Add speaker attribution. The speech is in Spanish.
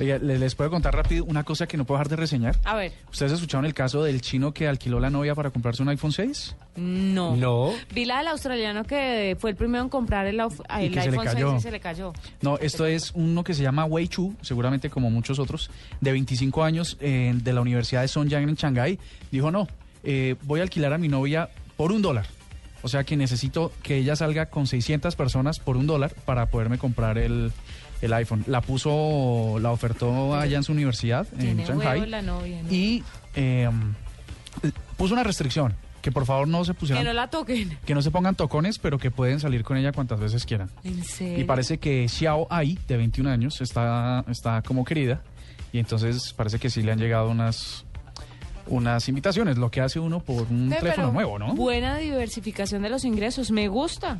Speaker 1: Oiga, le- les puedo contar rápido una cosa que no puedo dejar de reseñar.
Speaker 2: A ver,
Speaker 1: ¿Ustedes escucharon el caso del chino que alquiló la novia para comprarse un iPhone 6?
Speaker 2: no.
Speaker 3: No.
Speaker 2: Vi la del australiano que fue el primero en comprar el, auf- el
Speaker 1: que se le
Speaker 2: iPhone
Speaker 1: cayó.
Speaker 2: 6 y se le cayó.
Speaker 1: No, esto es uno que se llama Wei Chu, seguramente como muchos otros, de 25 años eh, de la Universidad de Songjiang en Shanghái. Dijo, no, eh, voy a alquilar a mi novia por un dólar. O sea que necesito que ella salga con 600 personas por un dólar para poderme comprar el, el iPhone. La puso, la ofertó allá en su universidad en
Speaker 2: Tiene
Speaker 1: Shanghai.
Speaker 2: huevos la novia. ¿no?
Speaker 1: y eh, puso una restricción, que por favor no se
Speaker 2: Que
Speaker 1: pusieran,
Speaker 2: no la toquen.
Speaker 1: que no se pongan tocones, pero que pueden salir con ella cuantas veces quieran.
Speaker 2: En serio.
Speaker 1: Y parece que Xiao Ai, de 21 años, está, está como querida. Y entonces parece que sí le han llegado unas, unas invitaciones, lo que hace uno por un
Speaker 2: Ve,
Speaker 1: teléfono
Speaker 2: pero
Speaker 1: nuevo, ¿no?
Speaker 2: Buena diversificación de los ingresos, me gusta.